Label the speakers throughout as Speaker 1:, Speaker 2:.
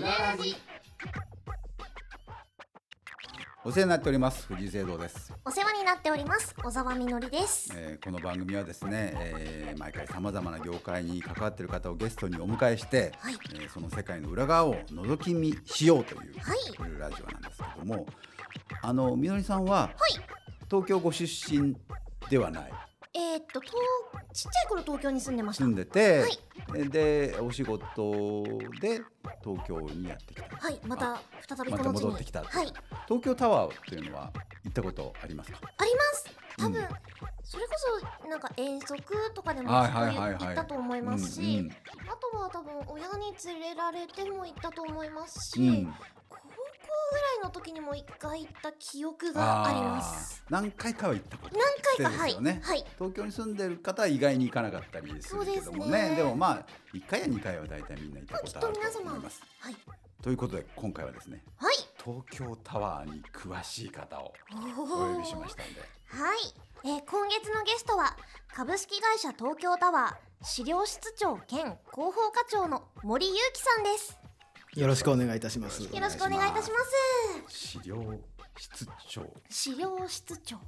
Speaker 1: ラジ
Speaker 2: お世話になっております藤井聖堂です、
Speaker 1: お世話になっております小沢みのりです
Speaker 2: えーこの番組はですね、えー毎回さまざまな業界に関わっている方をゲストにお迎えして、
Speaker 1: はい
Speaker 2: えーその世界の裏側を覗き見しようという、
Speaker 1: はい
Speaker 2: ラジオなんですけどもあのみのりさんは、東京ご出身ではない
Speaker 1: えー、っととちっちゃい頃東京に住んでました
Speaker 2: 住
Speaker 1: は
Speaker 2: んでて、
Speaker 1: はい
Speaker 2: えでお仕事で東京にやってきた
Speaker 1: いまた再び
Speaker 2: ま
Speaker 1: こ
Speaker 2: た
Speaker 1: の地に
Speaker 2: 戻ってきた
Speaker 1: はいあり
Speaker 2: 東京タワーというのは行ったことありますか
Speaker 1: ます多分、
Speaker 2: うん
Speaker 1: それこそなんか遠足とかでもき
Speaker 2: は
Speaker 1: っ
Speaker 2: い
Speaker 1: と
Speaker 2: はいはいはい
Speaker 1: 行ったと思いますし、
Speaker 2: うんうん
Speaker 1: あとは多分親に連れられても行ったと思いますし、
Speaker 2: うん
Speaker 1: 高校ぐらいの時にも一回行った記憶があります
Speaker 2: あー何回かは行ったこと
Speaker 1: 何回か、はい
Speaker 2: そうですよね
Speaker 1: はい
Speaker 2: 東京に住んでる方は意外に行かなかったりするけども
Speaker 1: そうで
Speaker 2: ね
Speaker 1: す
Speaker 2: で
Speaker 1: ね
Speaker 2: もまあ1回や2回は大体みんな行った
Speaker 1: まあ
Speaker 2: こ
Speaker 1: きっ
Speaker 2: と
Speaker 1: と
Speaker 2: ある
Speaker 1: 皆
Speaker 2: と
Speaker 1: 様
Speaker 2: 思い
Speaker 1: は
Speaker 2: ます。
Speaker 1: い
Speaker 2: ということで今回はですね
Speaker 1: はい
Speaker 2: 東京タワーに詳しい方を
Speaker 1: お
Speaker 2: お呼びしましたんで
Speaker 1: はい、えー今月のゲストは株式会社東京タワー資料室長兼広報課長の森裕樹さんです
Speaker 3: よろしくお願いいたします。
Speaker 1: よろしくお願いいたしま
Speaker 2: 資料室長
Speaker 1: す資料室長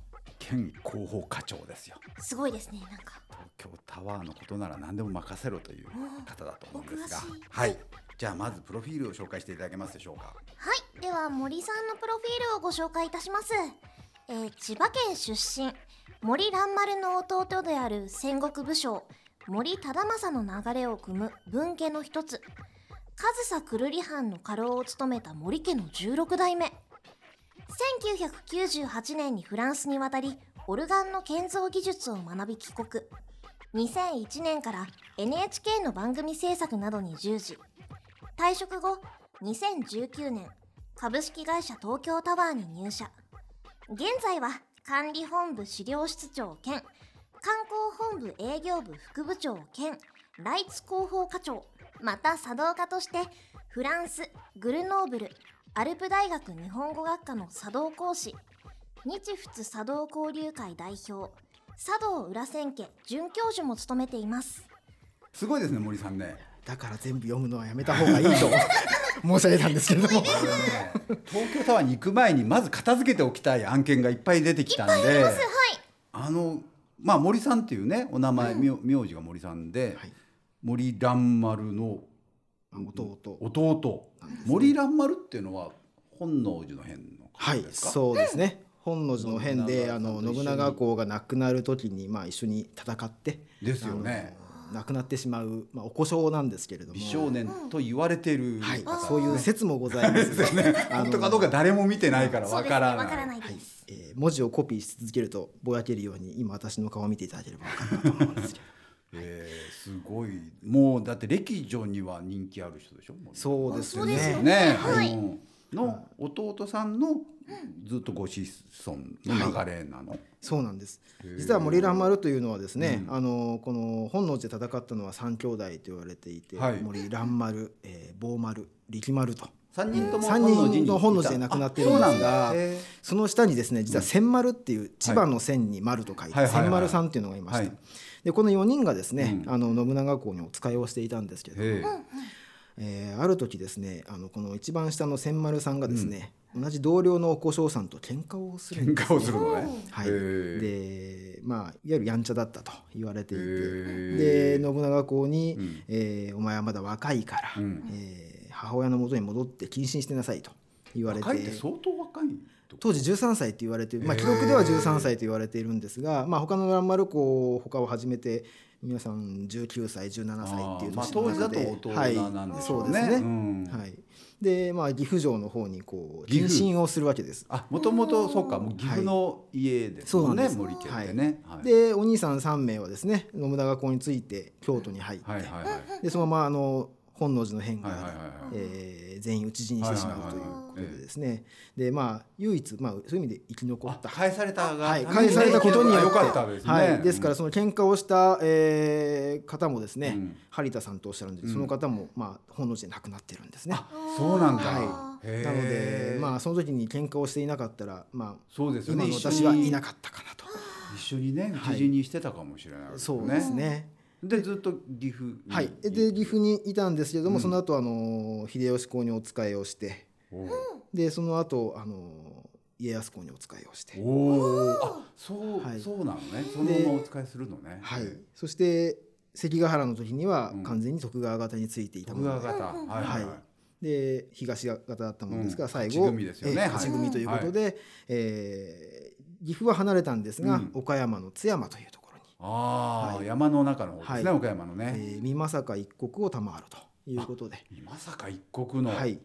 Speaker 2: 兼広報課長ですよ
Speaker 1: すごいですねなんか
Speaker 2: 東京タワーのことなら何でも任せろという方だと思うんですが
Speaker 1: お詳しい
Speaker 2: はいじゃあまずプロフィールを紹介していただけますでしょうか
Speaker 1: はいでは森さんのプロフィールをご紹介いたします、えー千葉県出身森蘭丸の弟である戦国武将森忠政の流れを組む文家の一つ上総久留里藩の家老を務めた森家の16代目1998年にフランスに渡りオルガンの建造技術を学び帰国2001年から NHK の番組制作などに従事退職後2019年株式会社東京タワーに入社現在は管理本部資料室長兼観光本部営業部副部長兼ライツ広報課長また茶道家としてフランスグルノーブルアルプ大学日本語学科の茶道講師日仏茶道交流会代表茶道裏千家准教授も務めています
Speaker 2: すごいですね森さんね
Speaker 3: だから全部読むのはやめた方がいい と申し上げたんですけ れども。
Speaker 2: これね東京タワーに行く前にまず片付けておきたい案件がいっぱい出てきたんで
Speaker 1: はい
Speaker 2: あの、まあ、森さんっていうねお名前、名名字が森さんで、
Speaker 3: はい
Speaker 2: 森蘭丸の
Speaker 3: 弟。
Speaker 2: 弟、森蘭丸っていうのは本能寺の変の
Speaker 3: は
Speaker 2: 方
Speaker 3: い、
Speaker 2: ですか、
Speaker 3: そうですね。本能寺の変
Speaker 2: 信
Speaker 3: で、
Speaker 2: 長
Speaker 3: あの
Speaker 2: さんと一緒に
Speaker 3: 信長公が亡くなる時に、まあ一緒に戦って。
Speaker 2: ですよね
Speaker 3: あの。亡くなってしまう、まあお故障なんですけれども。
Speaker 2: 美少年と言われてる、
Speaker 3: はい
Speaker 1: あー、
Speaker 3: そういう説もございます。 あ
Speaker 2: 本
Speaker 3: の
Speaker 2: 当かどうか誰も見てないから
Speaker 1: そう
Speaker 2: わ
Speaker 1: ですね
Speaker 2: か
Speaker 1: わ
Speaker 2: らない
Speaker 1: からないです、
Speaker 3: えー文字をコピーし続けるとぼやけるように今私の顔を見ていただければ分かるかと思うんですけど
Speaker 2: えーすごいもうだって歴女には人気ある人でしょ森
Speaker 3: そうです
Speaker 1: そう
Speaker 3: よ
Speaker 1: ですよね
Speaker 3: ね
Speaker 2: ね、
Speaker 1: はい
Speaker 2: うんの弟さんのずっとご子孫の流れなの、
Speaker 3: そうなんです
Speaker 2: へえ
Speaker 3: 実は森蘭丸というのはですね、あのこの本能寺で戦ったのは三兄弟と言われていて、
Speaker 2: はい
Speaker 3: 森蘭丸、えー、坊丸力丸と
Speaker 2: 三人とも
Speaker 3: 三人の本能寺で亡くなっているんですが
Speaker 2: あそうなんだへえ
Speaker 3: その下にですね実は千丸っていう千葉の千に丸と書いて
Speaker 2: はいはいはいはい
Speaker 3: 千丸さんっていうのがいました、
Speaker 2: はい
Speaker 3: でこの4人がですね、あの信長公にお使いをしていたんですけれども
Speaker 2: へえ
Speaker 3: えーある時ですねあのこの一番下の千丸さんがですね、同じ同僚のお小姓さんと喧嘩をする
Speaker 2: 喧
Speaker 3: んです
Speaker 2: 嘩をするのね
Speaker 3: はい、
Speaker 2: へえ
Speaker 3: でまあいわゆるやんちゃだったと言われてい
Speaker 2: へ
Speaker 3: て
Speaker 2: え
Speaker 3: で信長公に、えーお前はまだ若いから、
Speaker 2: うん
Speaker 3: えー母親の元に戻って謹慎してなさい」と言われて
Speaker 2: 若いって相当若いと
Speaker 3: 当時13歳って言われている、まあ、記録では13歳と言われているんですが、まあ、他の蘭丸子他を始めて皆さん19歳17歳っていう
Speaker 2: まあ
Speaker 3: 年の
Speaker 2: 当時だ
Speaker 3: 中
Speaker 2: と
Speaker 3: で
Speaker 2: 大人なんでしょうね、
Speaker 3: はい、そうですね、
Speaker 2: うん
Speaker 3: はい、でまあ岐阜城の方にこう
Speaker 2: 岐
Speaker 3: 謹
Speaker 2: 阜
Speaker 3: 慎をするわけです。
Speaker 2: あもともとそうかもう岐阜の家です
Speaker 3: そ
Speaker 2: も
Speaker 3: うなん
Speaker 2: ん
Speaker 3: で
Speaker 2: ね、
Speaker 3: す
Speaker 2: 森家ってね、
Speaker 3: は
Speaker 2: はいい、
Speaker 3: でお兄さん3名はですね信長公について京都に入って、
Speaker 2: はいはいはい
Speaker 3: でそのままあの本能寺の変が、
Speaker 2: はいはいはいはい
Speaker 3: えー全員討ち死にしてしまうということでですね、でまあ唯一、まあ、そういう意味で生き残っ
Speaker 2: あ
Speaker 3: た
Speaker 2: 返されたが、
Speaker 3: はい、返されたことによって
Speaker 2: よかったですね、
Speaker 3: はい、ですから
Speaker 2: うん
Speaker 3: その喧嘩をした、えー方もですね、
Speaker 2: うん
Speaker 3: 張田さんとおっしゃるんでその方も、まあ、本能寺で亡くなってるんですね。
Speaker 2: あそうなんだ、
Speaker 3: は
Speaker 2: へえ
Speaker 3: なので、まあ、その時に喧嘩をしていなかったら、まあ、
Speaker 2: そうですよ
Speaker 3: 今
Speaker 2: ね
Speaker 3: の私はいなかったかなと。
Speaker 2: 一緒にね討ち死にしてたかもしれないわけです
Speaker 3: そうですね。
Speaker 2: でずっと岐阜に
Speaker 3: はい、で岐阜にいたんですけれども、その後あの秀吉公にお仕えをして
Speaker 2: おう
Speaker 3: でその後あの家康公にお仕えをして、
Speaker 2: おーあそう、
Speaker 3: はい
Speaker 2: そうなのねそのままお使いするのね
Speaker 3: はい、そして関ヶ原の時には
Speaker 2: うん
Speaker 3: 完全に徳川方についていた
Speaker 2: 徳
Speaker 3: もの
Speaker 2: 川
Speaker 3: で,、
Speaker 2: 方
Speaker 1: うんうん
Speaker 2: はいはい、
Speaker 3: はいで東方だったものですから、
Speaker 2: うん
Speaker 3: 最後
Speaker 2: 勝ち組ですよね
Speaker 3: えー
Speaker 2: はい
Speaker 3: 勝ち組ということで、えー岐阜は離れたんですが、
Speaker 2: うん
Speaker 3: 岡山の津山というところに、
Speaker 2: ああ、
Speaker 3: はい
Speaker 2: 山の中の方ですね、
Speaker 3: はい
Speaker 2: 岡山のね、
Speaker 3: えー美作一国を賜るということで、
Speaker 2: まさか一国の、
Speaker 3: はい、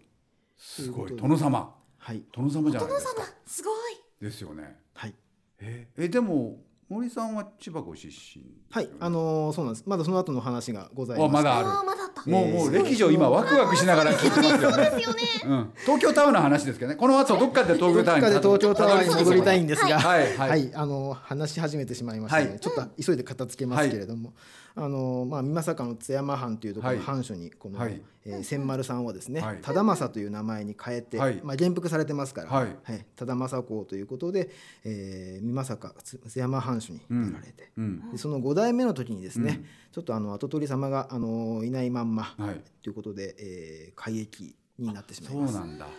Speaker 2: すごい
Speaker 3: ということで
Speaker 2: 殿様
Speaker 3: はい、
Speaker 2: 殿様じゃない
Speaker 1: 殿
Speaker 2: ですか
Speaker 1: 様すごい
Speaker 2: ですよね
Speaker 3: はい。
Speaker 2: ええでも森さんは千葉ご出身
Speaker 3: はい、あのーそうなんです。まだその後の話がござい
Speaker 2: あ
Speaker 3: ます。
Speaker 2: まだある
Speaker 1: ああまだあった
Speaker 2: もう
Speaker 3: えー
Speaker 2: もう
Speaker 3: すごい
Speaker 2: 歴史を今ワクワクしながら聞いてますよね。
Speaker 1: ですよね
Speaker 2: うん、東京タワーの話ですけどね。この後どっかで東京
Speaker 3: どっ
Speaker 2: タワ
Speaker 3: か
Speaker 2: ーに
Speaker 3: で東京タワーに戻りたいんですが、は
Speaker 2: はいはい
Speaker 3: い、あのー話し始めてしまいましたので、
Speaker 2: はい
Speaker 3: ちょっと急いで片付けますけれども、あのーまあ美作の津山藩というところの藩主にこの、
Speaker 2: はい
Speaker 3: えー千丸さんをですね、
Speaker 2: はい
Speaker 3: 忠政という名前に変えて、
Speaker 2: はい
Speaker 3: まあ元服されてますから、
Speaker 2: はい
Speaker 3: 忠政公ということで、えー、美作津津山藩主になられて、
Speaker 2: うん
Speaker 3: でその五代目の時にですね、
Speaker 2: うん
Speaker 3: ちょっとあの跡取り様があのーいないまんま。
Speaker 2: はい。
Speaker 3: ということで、えー、改易になってしまい
Speaker 2: そう
Speaker 3: ます。
Speaker 2: なんだ。へ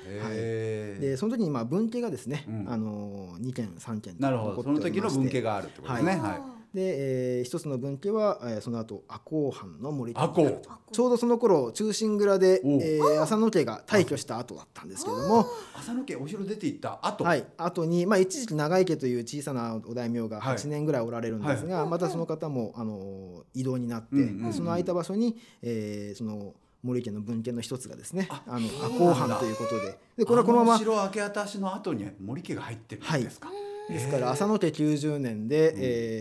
Speaker 2: え
Speaker 3: でその時にまあ文家がですね、
Speaker 2: うん
Speaker 3: あのー、2件3件
Speaker 2: なるほど。その時の文系
Speaker 3: が
Speaker 2: があるってことですね。
Speaker 3: は
Speaker 2: はい。
Speaker 3: で、えー、一つの文家は、えー、その後赤穂藩の森
Speaker 2: あこ
Speaker 1: あこう
Speaker 3: ちょうどその頃忠臣蔵で、
Speaker 2: おう
Speaker 3: えー、浅野家が退去した後だったんですけれども、
Speaker 2: 朝の家お城出て行った後。
Speaker 3: はい、後に、まあ、一時期長井家という小さなお大名が
Speaker 2: はい
Speaker 3: 8年ぐらいおられるんですが、またその方も、あのー異動になって、
Speaker 2: うんうんうん
Speaker 3: でその空いた場所に、えーその森家の文家の一つがですね
Speaker 2: あ
Speaker 3: あの
Speaker 2: そうなん
Speaker 3: 赤
Speaker 2: だ
Speaker 3: 穂藩ということででこれはこのまま
Speaker 2: あ城明け渡しの後に森家が入ってるんですか。
Speaker 3: ですから浅野家90年で、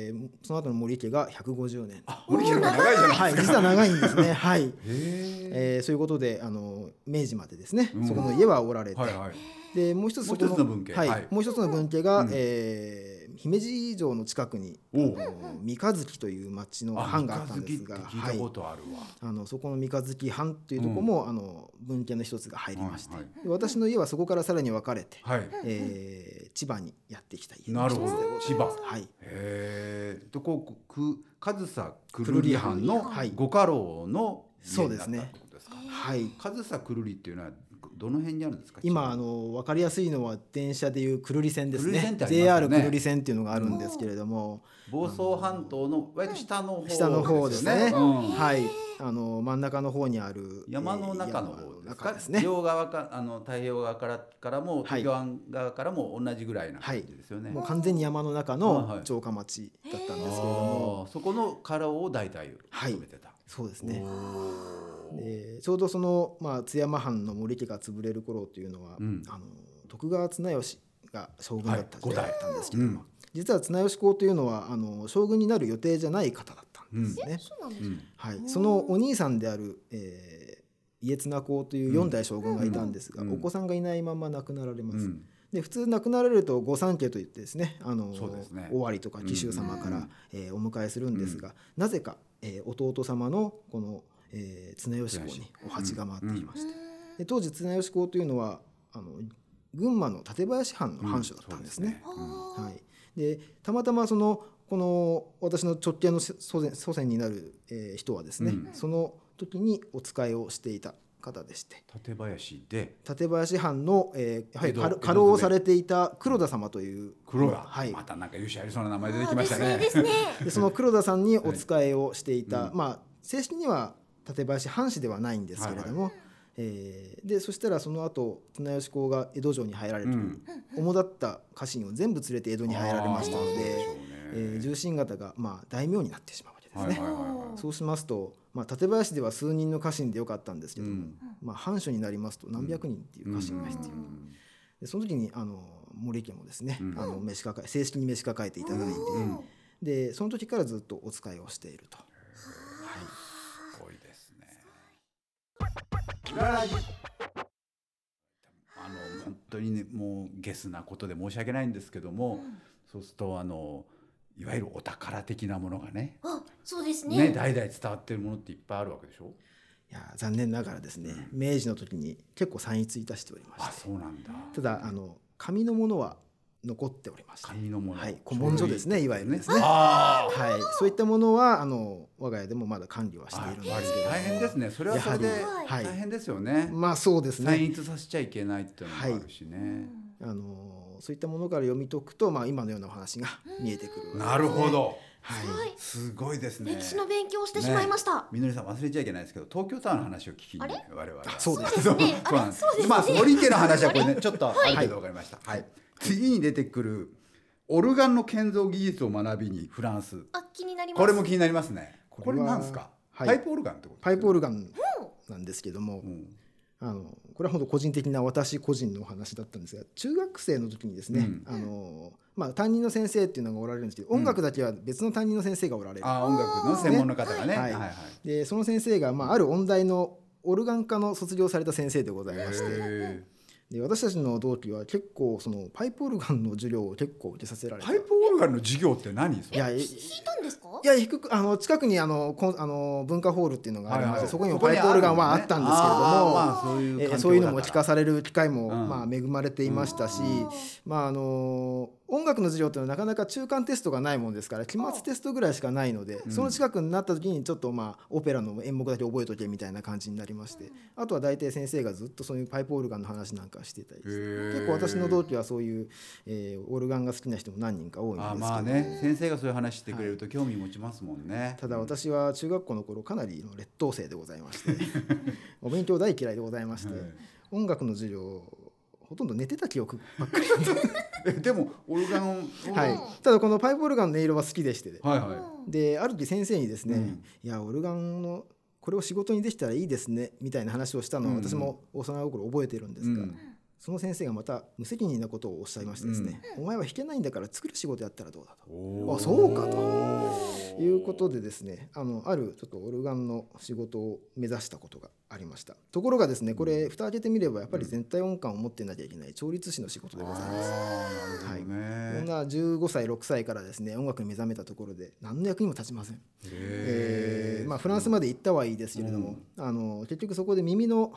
Speaker 3: えーその後の森家が150年。
Speaker 2: あ森家の方が長いじゃない
Speaker 3: はい、
Speaker 2: です
Speaker 3: 実
Speaker 2: か。
Speaker 3: は長いんですね。はい。
Speaker 2: へえ。
Speaker 3: えー、そういうことであの明治までですね、
Speaker 2: うん
Speaker 3: そこの家はおられて、
Speaker 2: はいはい。
Speaker 3: でもう一つそこ
Speaker 2: もう一つの文家
Speaker 3: はい
Speaker 2: はい
Speaker 3: もう一つの文家が、
Speaker 2: うん
Speaker 3: えー姫路城の近くにあ
Speaker 2: おう
Speaker 3: の三日月という町の藩があったんですが、
Speaker 2: 三日月って聞いた
Speaker 3: は
Speaker 2: こ
Speaker 3: い、
Speaker 2: とあるわ。
Speaker 3: あのそこの三日月藩というところも、あの文家の一つが入りまして、
Speaker 2: はい
Speaker 3: で私の家はそこからさらに分かれて、
Speaker 2: はい。
Speaker 3: えー千葉にやってきた家
Speaker 2: な
Speaker 3: の
Speaker 2: る
Speaker 3: 一つ
Speaker 2: ほ
Speaker 3: で
Speaker 2: ど
Speaker 3: ございます。
Speaker 2: 千葉
Speaker 3: はい。
Speaker 2: へえ。とこうく上総くるり藩の
Speaker 3: はい
Speaker 2: ご家老の家になったってことですか。
Speaker 3: はい。
Speaker 2: 上総くるりっていうのはどの辺にあるんですか。
Speaker 3: 今あの分かりやすいのは電車でいうくるり線です
Speaker 2: 久留里線っ
Speaker 3: ね
Speaker 2: てありますよ
Speaker 3: JR
Speaker 2: ね
Speaker 3: くるり線っていうのがあるんですけれども、
Speaker 2: 房総半島の割と下の方
Speaker 3: 下の方ですね
Speaker 2: うん
Speaker 3: はいあの真ん中の方にある
Speaker 2: 山の中の
Speaker 3: え
Speaker 2: 方
Speaker 3: ー山の
Speaker 2: です
Speaker 3: 中
Speaker 2: か。
Speaker 3: ですね
Speaker 2: 両側かあの太平洋側からからも
Speaker 3: はい
Speaker 2: 東京湾側からも同じぐらいな感じですよね。
Speaker 3: もう完全に山の中
Speaker 2: はいは
Speaker 3: の
Speaker 2: い
Speaker 3: 城下町だったんですけれども、
Speaker 2: あーそこの家老を代々務めてた。
Speaker 3: そうですね
Speaker 2: おー
Speaker 3: でちょうどその、まあ、津山藩の森家が潰れる頃というのは、
Speaker 2: うん
Speaker 3: あの徳川綱吉が将軍だった時代だったんですけれども、
Speaker 2: はい五
Speaker 3: 実は綱吉公というのはあの将軍になる予定じゃない方だったんですね。
Speaker 1: そうなんです
Speaker 2: うん
Speaker 3: はい
Speaker 1: ん、
Speaker 3: そのお兄さんである、えー家綱公という四代将軍がいたんですが、
Speaker 2: うん
Speaker 3: お子さんがいないまま亡くなられます、
Speaker 2: うん
Speaker 3: で普通亡くなられると御三家といってですね,、あの
Speaker 2: そうですね
Speaker 3: 尾張とか紀州様から、
Speaker 2: うん
Speaker 3: えーお迎えするんですが、なぜか、えー弟様のこの、えー綱吉公にお鉢が回ってきました、で当時綱吉公というのはあの群馬の館林藩の藩主だったんですね。
Speaker 1: あー
Speaker 3: はい、でたまたまそのこの私の直系の祖先祖先になる、えー人はですね、
Speaker 2: うん
Speaker 3: その時にお使いをしていた方でして
Speaker 2: 館林で
Speaker 3: 館林藩の、えーはい
Speaker 2: 江戸
Speaker 3: 過
Speaker 2: 江戸詰
Speaker 3: 労
Speaker 2: め
Speaker 3: 過労をされていた黒田様という
Speaker 2: 黒田、
Speaker 3: はい
Speaker 2: ま、たなんか勇者ありそうな名前出てきました
Speaker 1: あー
Speaker 2: ね
Speaker 1: で。すね
Speaker 3: でその黒田さんにお使いをしていた、
Speaker 2: はいうん
Speaker 3: まあ正式には館林藩士ではないんですけれども、えーでそしたらその後綱吉公が江戸城に入られる、
Speaker 2: うん
Speaker 3: 主だった家臣を全部連れて江戸に入られましたので
Speaker 2: あーそうでしょうね
Speaker 3: えー重臣方が、まあ、大名になってしまうわけですね。
Speaker 2: はいはいはいはい
Speaker 3: そうしますと、まあ、館林では数人の家臣でよかったんですけども、
Speaker 2: うん
Speaker 3: まあ、藩主になりますと何百人っていう家臣が必要、
Speaker 2: うん
Speaker 3: でその時にあの森家もですね、
Speaker 2: うん
Speaker 3: あの召し抱え正式に召し抱えていただいて、
Speaker 2: うん
Speaker 3: でその時からずっとお使いをしていると。
Speaker 2: すごいですね。裏ラジあの本当にねもうゲスなことで申し訳ないんですけども、そうするとあのいわゆるお宝的なものがね
Speaker 1: あそうです
Speaker 2: ね
Speaker 1: ね
Speaker 2: 代々伝わってるものっていっぱいあるわけでしょ
Speaker 3: いや残念ながらですね、明治の時に結構散逸いたしておりま
Speaker 2: あ
Speaker 3: して
Speaker 2: そうなんだ
Speaker 3: ただあの紙のものは残っておりました。
Speaker 2: 紙のもの、
Speaker 3: はい古文書ですねいわゆるですね
Speaker 2: あー
Speaker 3: はい、そういったものはあの我が家でもまだ管理はしているんで
Speaker 2: あ
Speaker 3: すけれども
Speaker 2: 大変ですねそれはそれで
Speaker 3: や
Speaker 1: はり
Speaker 2: 大変ですよね、
Speaker 3: まあそうです
Speaker 2: 散
Speaker 3: ね
Speaker 2: 逸させちゃいけないっていうのもあるしね、
Speaker 3: あのそういったものから読み解くと、まあ、今のようなお話が見えてくるわけですね、
Speaker 2: なるほど
Speaker 3: はい
Speaker 1: はい
Speaker 2: すごいですね
Speaker 1: 歴史の勉強をしてしまいました。
Speaker 2: みのりさん忘れちゃいけないですけど東京タワーの話を聞きに
Speaker 1: あれ
Speaker 2: 我々は
Speaker 3: あそうです
Speaker 2: そう
Speaker 1: ね
Speaker 2: そうなんです
Speaker 1: あれそうですね
Speaker 2: まあ折り家の話はこれねちょっとある程度わかりました、はい次に出てくるオルガンの建造技術を学びにフランス
Speaker 1: あ、気になります。
Speaker 2: これも気になりますねこれ
Speaker 3: これは
Speaker 2: なんですか、
Speaker 3: はい
Speaker 2: パイプオルガンってこと
Speaker 3: パイプオ
Speaker 2: ル
Speaker 3: ルガンなんですけども、
Speaker 2: ガン、うん
Speaker 3: あのこれは本当個人的な私個人のお話だったんですが中学生の時にですね、あのまあ、担任の先生っていうのがおられるんですけど音楽だけは別の担任の先生がおられる、
Speaker 2: あー音楽の専門の方がね
Speaker 3: ね
Speaker 2: は
Speaker 3: はいい
Speaker 2: はい
Speaker 3: でその先生が、まあ、ある音大のオルガン科の卒業された先生でございまして
Speaker 2: へ
Speaker 3: で私たちの同期は結構そのパイプオルガンの授業を結構受けさせら
Speaker 2: ー
Speaker 3: れた
Speaker 2: パイプオルガンの授業って何そ
Speaker 3: い
Speaker 2: れ
Speaker 3: やい
Speaker 1: 聞いたんですか？
Speaker 3: や低くあの近くにあのこんあの文化ホールっていうのがありまして、そこにもパイプ
Speaker 2: そこに
Speaker 3: オルガンはあったんですけれども。
Speaker 2: るあーまあそういう環境だか
Speaker 3: え
Speaker 2: ら
Speaker 3: ーそういうのも聞かされる機会も、
Speaker 2: うん
Speaker 3: まあ、恵まれていましたし、
Speaker 1: うん
Speaker 3: まああのー音楽の授業っていうのはなかなか中間テストがないもんですから期末テストぐらいしかないので、
Speaker 2: うん
Speaker 3: その近くになった時にちょっと、まあ、オペラの演目だけ覚えとけみたいな感じになりまして、あとは大体先生がずっとそういうパイプオルガンの話なんかしてたりして
Speaker 2: へー
Speaker 3: 結構私の同期はそういう、えーオルガンが好きな人も何人か多いんです
Speaker 2: あ
Speaker 3: け
Speaker 2: ー
Speaker 3: ど、
Speaker 2: まあね先生がそういう話してくれると興味持ちますもんね、
Speaker 3: ただ私は中学校の頃かなりの劣等生でござい ましてお勉強大嫌いでございまして、
Speaker 2: はい
Speaker 3: 音楽の授業ほとんど寝てた記憶ばっかり、
Speaker 2: えでもオルガンを
Speaker 3: はい、ただこのパイプオルガンの音色は好きでして、
Speaker 2: はい
Speaker 1: うん
Speaker 2: は
Speaker 3: である時先生にですね
Speaker 2: う
Speaker 3: 「
Speaker 2: ん
Speaker 3: いやオルガンのこれを仕事にできたらいいですね」みたいな話をしたのを私も幼い頃覚えてるんで
Speaker 2: い、う
Speaker 3: すが、
Speaker 2: ん、
Speaker 3: その先生がまた無責任なことをおっしゃいましてですね「お前は弾けないんだから作る仕事やったらどうだ」と。
Speaker 2: おー
Speaker 3: あそうか
Speaker 2: おー
Speaker 3: いうことでですねあのあるちょっとオルガンの仕事を目指したことがありましたところがですねこれ蓋開けてみればやっぱり全体音感を持ってなきゃいけない調律師の仕事でございます
Speaker 2: あーなるほど
Speaker 3: こん
Speaker 2: ね、
Speaker 3: な15歳6歳からですね音楽に目覚めたところで何の役にも立ちません、え
Speaker 2: へ
Speaker 3: ーまあ、フランスまで行ったはいいですけれども、あの結局そこで耳の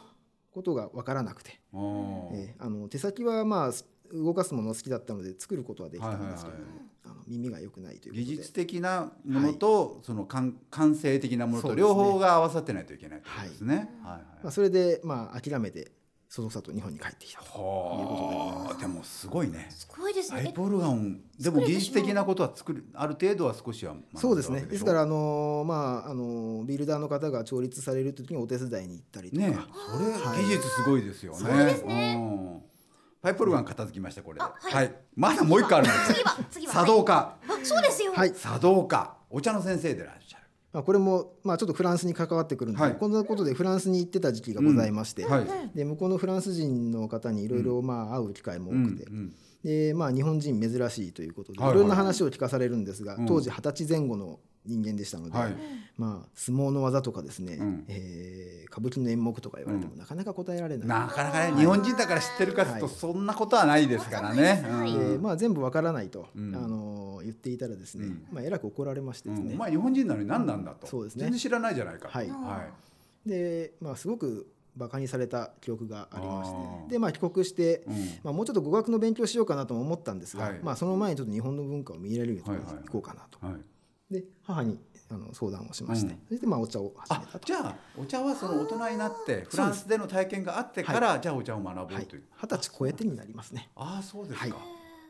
Speaker 3: ことが分からなくて、
Speaker 2: あー
Speaker 3: えーあの手先はまあす動かすもの好きだったので作ることはできたんですけれども、
Speaker 2: はい
Speaker 3: あの耳が良くないということ
Speaker 2: 技
Speaker 3: で
Speaker 2: 術的なものと、その感感性的なものと両
Speaker 3: そうです
Speaker 2: 方
Speaker 3: ね
Speaker 2: が合わさってないといけないってことですね。はいはい
Speaker 3: まあ、それでまあ諦めてそそくさと日本に帰ってきたと
Speaker 2: はあでもすごいね。
Speaker 1: すごいです
Speaker 2: ハ
Speaker 1: ね
Speaker 2: イ。ボルガンでも技術的なことは作るある程度は少しは学ん
Speaker 3: そうですね
Speaker 2: わけ
Speaker 3: で
Speaker 2: しょ
Speaker 3: すからあのーまああのービルダーの方が調律される時にお手伝いに行ったりとか、
Speaker 2: ねそれ
Speaker 3: はい
Speaker 2: 技術すごいですよね。
Speaker 1: そうですね
Speaker 2: うんパイプオルガン片付きましたこれで。
Speaker 1: あはい
Speaker 2: まだもう一個あるんですよ。
Speaker 1: 次は次は
Speaker 2: 茶道家
Speaker 1: あ、そうですよ。
Speaker 3: はい
Speaker 2: 茶道家お茶の先生でいらっしゃる。
Speaker 3: まあ、これも、まあ、ちょっとフランスに関わってくるんですが、
Speaker 2: はい
Speaker 3: こんなことでフランスに行ってた時期がございまして、
Speaker 2: はい。
Speaker 3: で向こうのフランス人の方にいろいろまあ会う機会も
Speaker 2: う
Speaker 3: 多くて、
Speaker 2: ん
Speaker 3: でまあ、日本人珍しいということでい
Speaker 2: はいはい
Speaker 3: ろんな話を聞かされるんですが、
Speaker 2: うん
Speaker 3: 当時二十歳前後の人間でしたの
Speaker 2: うん
Speaker 3: で、
Speaker 2: はい。
Speaker 3: まあ、相撲の技とかですね、
Speaker 2: うん
Speaker 3: えー歌舞伎の演目とか言われても
Speaker 2: う
Speaker 3: なかなか答えられない。
Speaker 2: なかなかね日本人だから知ってるかというと
Speaker 3: はい
Speaker 2: そんなことはないですからね。
Speaker 1: は
Speaker 2: う
Speaker 1: い
Speaker 2: ん
Speaker 3: でまあ、全部わからないと、
Speaker 2: うん
Speaker 3: あの言っていたらですね、
Speaker 2: うん
Speaker 3: まあ、えらく怒られまして
Speaker 2: う
Speaker 3: です
Speaker 2: ん
Speaker 3: ね、
Speaker 2: お前日本人なのに何なんだと、
Speaker 3: そうですね
Speaker 2: 全然知らないじゃないかと
Speaker 3: はいでまあ、すごくバカにされた記憶がありまし
Speaker 2: あー
Speaker 3: てで、まあ、帰国して、
Speaker 2: うん
Speaker 3: まあ、もうちょっと語学の勉強しようかなとも思ったんですが、
Speaker 2: はい
Speaker 3: まあ、その前にちょっと日本の文化を見入れるように
Speaker 2: はいはいはい
Speaker 3: 行こうかなと、
Speaker 2: はい
Speaker 3: で母にあの相談をしまして、
Speaker 2: うん
Speaker 3: そしてまあお茶を始め
Speaker 2: あ
Speaker 3: たと。
Speaker 2: じゃあお茶はその大人になってフランスでの体験があってから、じゃあお茶を学ぼう
Speaker 3: はい、
Speaker 2: という、
Speaker 3: 二十歳超えてになりますね。
Speaker 2: ああそうですか、
Speaker 3: はい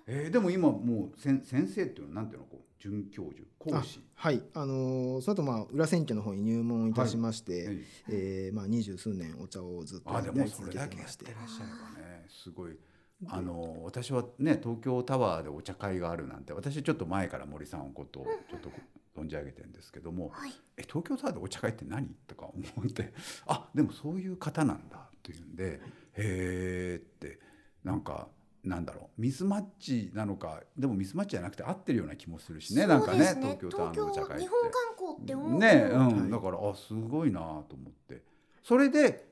Speaker 2: えーでも今もう先先生っていうのはなんていうのこう准教授講
Speaker 3: あ
Speaker 2: 師
Speaker 3: はい、あのーその後まあ裏千家の方に入門いたしまして、
Speaker 2: はい
Speaker 3: えーまあ二十数年お茶をずっと
Speaker 2: あーで
Speaker 3: や
Speaker 2: も
Speaker 3: り
Speaker 2: そ
Speaker 3: 続
Speaker 2: れ
Speaker 3: け
Speaker 2: だ
Speaker 3: て
Speaker 2: けや
Speaker 3: ま
Speaker 2: っ
Speaker 3: してて
Speaker 2: ら、っしゃればねすごい。あの私はね東京タワーでお茶会があるなんて私ちょっと前から森さんのことをちょっと存じ上げてるんですけども、
Speaker 1: はい。
Speaker 2: え東京タワーでお茶会って何とか思ってあでもそういう方なんだっていうんで、へえってなんかなんだろうミスマッチなのかでもミスマッチじゃなくて合ってるような気もするしねなんかね
Speaker 1: そうです
Speaker 2: 東京タワーのお茶会っ
Speaker 1: 東京日
Speaker 2: て
Speaker 1: 本観光って思うと
Speaker 2: ねえ、うん
Speaker 3: はい
Speaker 2: だからあすごいなと思ってそれで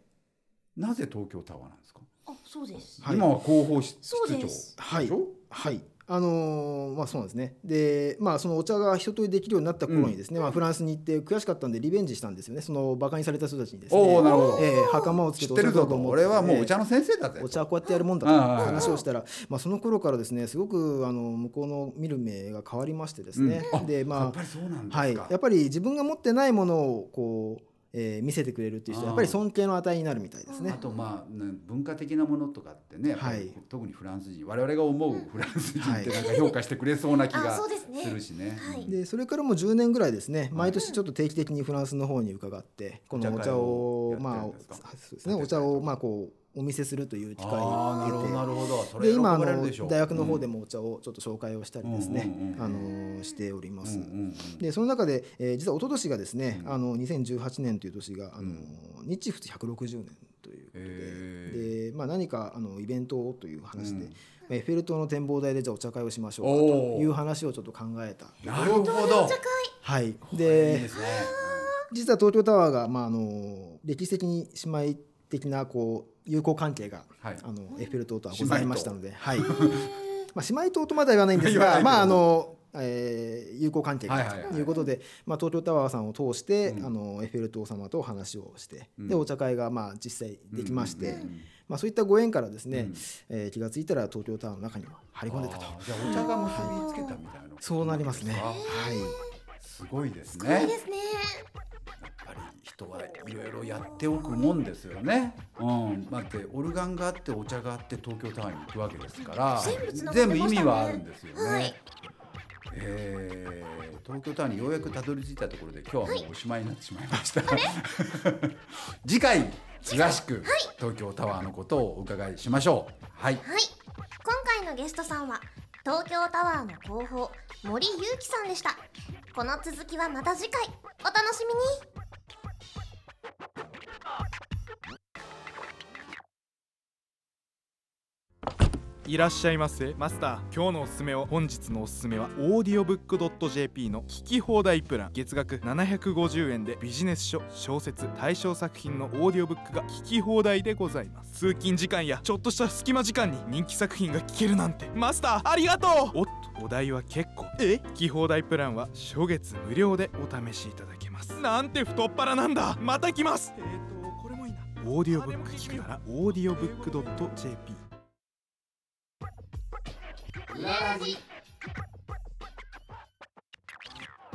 Speaker 2: なぜ東京タワーなんですか、
Speaker 1: あ、そうです。
Speaker 3: はい
Speaker 2: 今は広報室室
Speaker 1: そう
Speaker 2: 長
Speaker 1: で
Speaker 2: ですしょ
Speaker 3: はい、あのーまあそうなんですねでまあそのお茶が一通りできるようになった頃にですね、まあ、フランスに行って悔しかったんでリベンジしたんですよねそのバカにされた人たちにですね
Speaker 2: おーなるほど
Speaker 3: ええ袴をつ
Speaker 2: 知
Speaker 3: け
Speaker 2: っててるぞと俺はもうお茶
Speaker 3: の
Speaker 2: の先生だぜ
Speaker 3: お茶はこうやってやるもん
Speaker 2: う
Speaker 3: だと
Speaker 2: んうんうん
Speaker 3: 話をしたら、まあ、その頃からですねすごくあの向こうの見る目が変わりましてですね、
Speaker 2: うんあ
Speaker 3: で
Speaker 2: や
Speaker 3: ま
Speaker 2: っぱ
Speaker 3: あ
Speaker 2: りそうなんですか、
Speaker 3: はい、やっぱり自分が持ってないものをこう、えー見せてくれるっていう人はやっぱり尊敬の値になるみたいです
Speaker 2: あ
Speaker 3: ね。
Speaker 2: とまあ、ね文化的なものとかってね、やっぱり
Speaker 3: はい
Speaker 2: 特にフランス人我々が思うフランス人
Speaker 3: は
Speaker 2: っ
Speaker 3: い
Speaker 2: てなんか評価してくれそうな気
Speaker 1: あ
Speaker 2: が
Speaker 1: そうですね
Speaker 2: するしね。
Speaker 1: はい
Speaker 2: うん
Speaker 3: でそれからもう10年ぐらいですね毎年ちょっと定期的にフランスの方に伺ってこのお茶を
Speaker 2: お茶会をやっ
Speaker 3: まあ
Speaker 2: てるんですか
Speaker 3: そうですねお茶をまあこうお見せするという機会
Speaker 2: ああなるほどな
Speaker 3: を
Speaker 2: るほど。そ
Speaker 3: 得
Speaker 2: れ
Speaker 3: てで
Speaker 2: 喜
Speaker 3: 今あ
Speaker 2: ばれる
Speaker 3: の
Speaker 2: でしょう
Speaker 3: 大学の方でもお茶をちょっと紹介をしたりですね
Speaker 2: うんうんうん
Speaker 3: あのしておりま
Speaker 2: うん
Speaker 3: す
Speaker 2: うん。うん
Speaker 3: でその中で、えー実は一昨年がですね、
Speaker 2: うん
Speaker 3: あの2018年という年があの、
Speaker 2: うん
Speaker 3: 日仏160年ということ
Speaker 2: へ
Speaker 3: でで、まあ、何かあのイベントをという話で、
Speaker 2: うん
Speaker 3: エッフェル塔の展望台でじゃあお茶会をしましょうかと
Speaker 2: おー
Speaker 3: いう話をちょっと考えた。
Speaker 2: なるほど。
Speaker 3: はい、
Speaker 2: いい
Speaker 3: で
Speaker 2: ですね。
Speaker 3: 実は東京タワーが、まあ、あの歴史的に姉妹的なこう友好関係が、
Speaker 2: はい
Speaker 3: あのエッフェル塔とはございましたので、はい
Speaker 1: へ
Speaker 3: まあ、姉妹塔とまでは言わないんです
Speaker 2: 言わない
Speaker 3: が、
Speaker 2: けど
Speaker 3: まああのえー友好関係
Speaker 2: は
Speaker 3: が
Speaker 2: いはいはい
Speaker 3: ということで、まあ、東京タワーさんを通して、
Speaker 2: うん
Speaker 3: あのエッフェル塔様とお話をして、
Speaker 2: うん
Speaker 3: でお茶会がまあ実際できまして、
Speaker 2: うんうんうん
Speaker 3: まあ、そういったご縁からですね、
Speaker 2: うん
Speaker 3: えー気がついたら東京タワーの中にも張り込んでたと
Speaker 2: あーじゃあお茶が結びつけたみたいな。
Speaker 3: そうなりますね。は
Speaker 2: あ
Speaker 3: い
Speaker 2: すごいです
Speaker 1: ーいい
Speaker 2: ね
Speaker 1: で。すね
Speaker 2: やっぱり人はいろいろやっておくもんですよね。うん、だってオルガンがあってお茶があって東京タワーに行くわけですから
Speaker 1: 全部繋がって
Speaker 2: 全
Speaker 1: ま
Speaker 2: 部
Speaker 1: したね
Speaker 2: 意味はあるんですよね。
Speaker 1: はい
Speaker 2: えー東京タワーにようやくたどり着いたところで今日はもうおしまいになってしまいました。 次回詳しく東京タワーのことをお伺いしましょう。はい、
Speaker 1: はい今回のゲストさんは東京タワーの広報森裕樹さんでしたこの続きはまた次回お楽しみに
Speaker 4: いらっしゃいませマスター今日のおすすめを本日のおすすめはオーディオブックドット JP の聞き放題プラン月額750円でビジネス書小説対象作品のオーディオブックが聞き放題でございます通勤時間やちょっとした隙間時間に人気作品が聞けるなんてマスターありがとうおっとお代は結構え聞き放題プランは初月無料でお試しいただけますなんて太っ腹なんだまた来ますえーとこれもいいなオーディオブック聞くならオーディオブックドット JP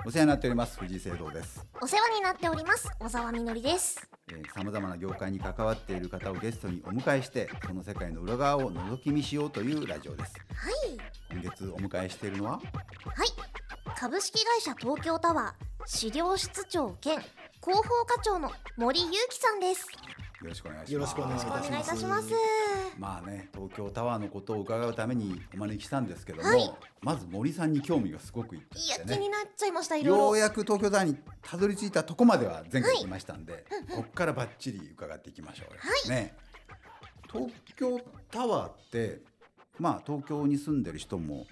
Speaker 2: お世話になっております藤井聖堂です。
Speaker 1: お世話になっております小沢みのりです
Speaker 2: さまざまな業界に関わっている方をゲストにお迎えしてその世界の裏側を覗き見しようというラジオです
Speaker 1: はい
Speaker 2: 今月お迎えしているのは
Speaker 1: はい株式会社東京タワー資料室長兼広報課長の森裕樹さんです
Speaker 2: よろしくお願いします
Speaker 3: よろしくお願いし
Speaker 1: お
Speaker 3: ます
Speaker 1: 願いいたします
Speaker 2: まあね東京タワーのことを伺うためにお招きしたんですけども、
Speaker 1: はい
Speaker 2: まず森さんに興味がすごくいって
Speaker 1: いや
Speaker 2: きて
Speaker 1: 気に
Speaker 2: ね
Speaker 1: なっちゃいましたいろいろ
Speaker 2: ようやく東京タワーにたどり着いたとこまでは前回来ましたんで、こっからばっちり伺っていきましょうよ、ね東京タワーってまあ東京に住んでる人も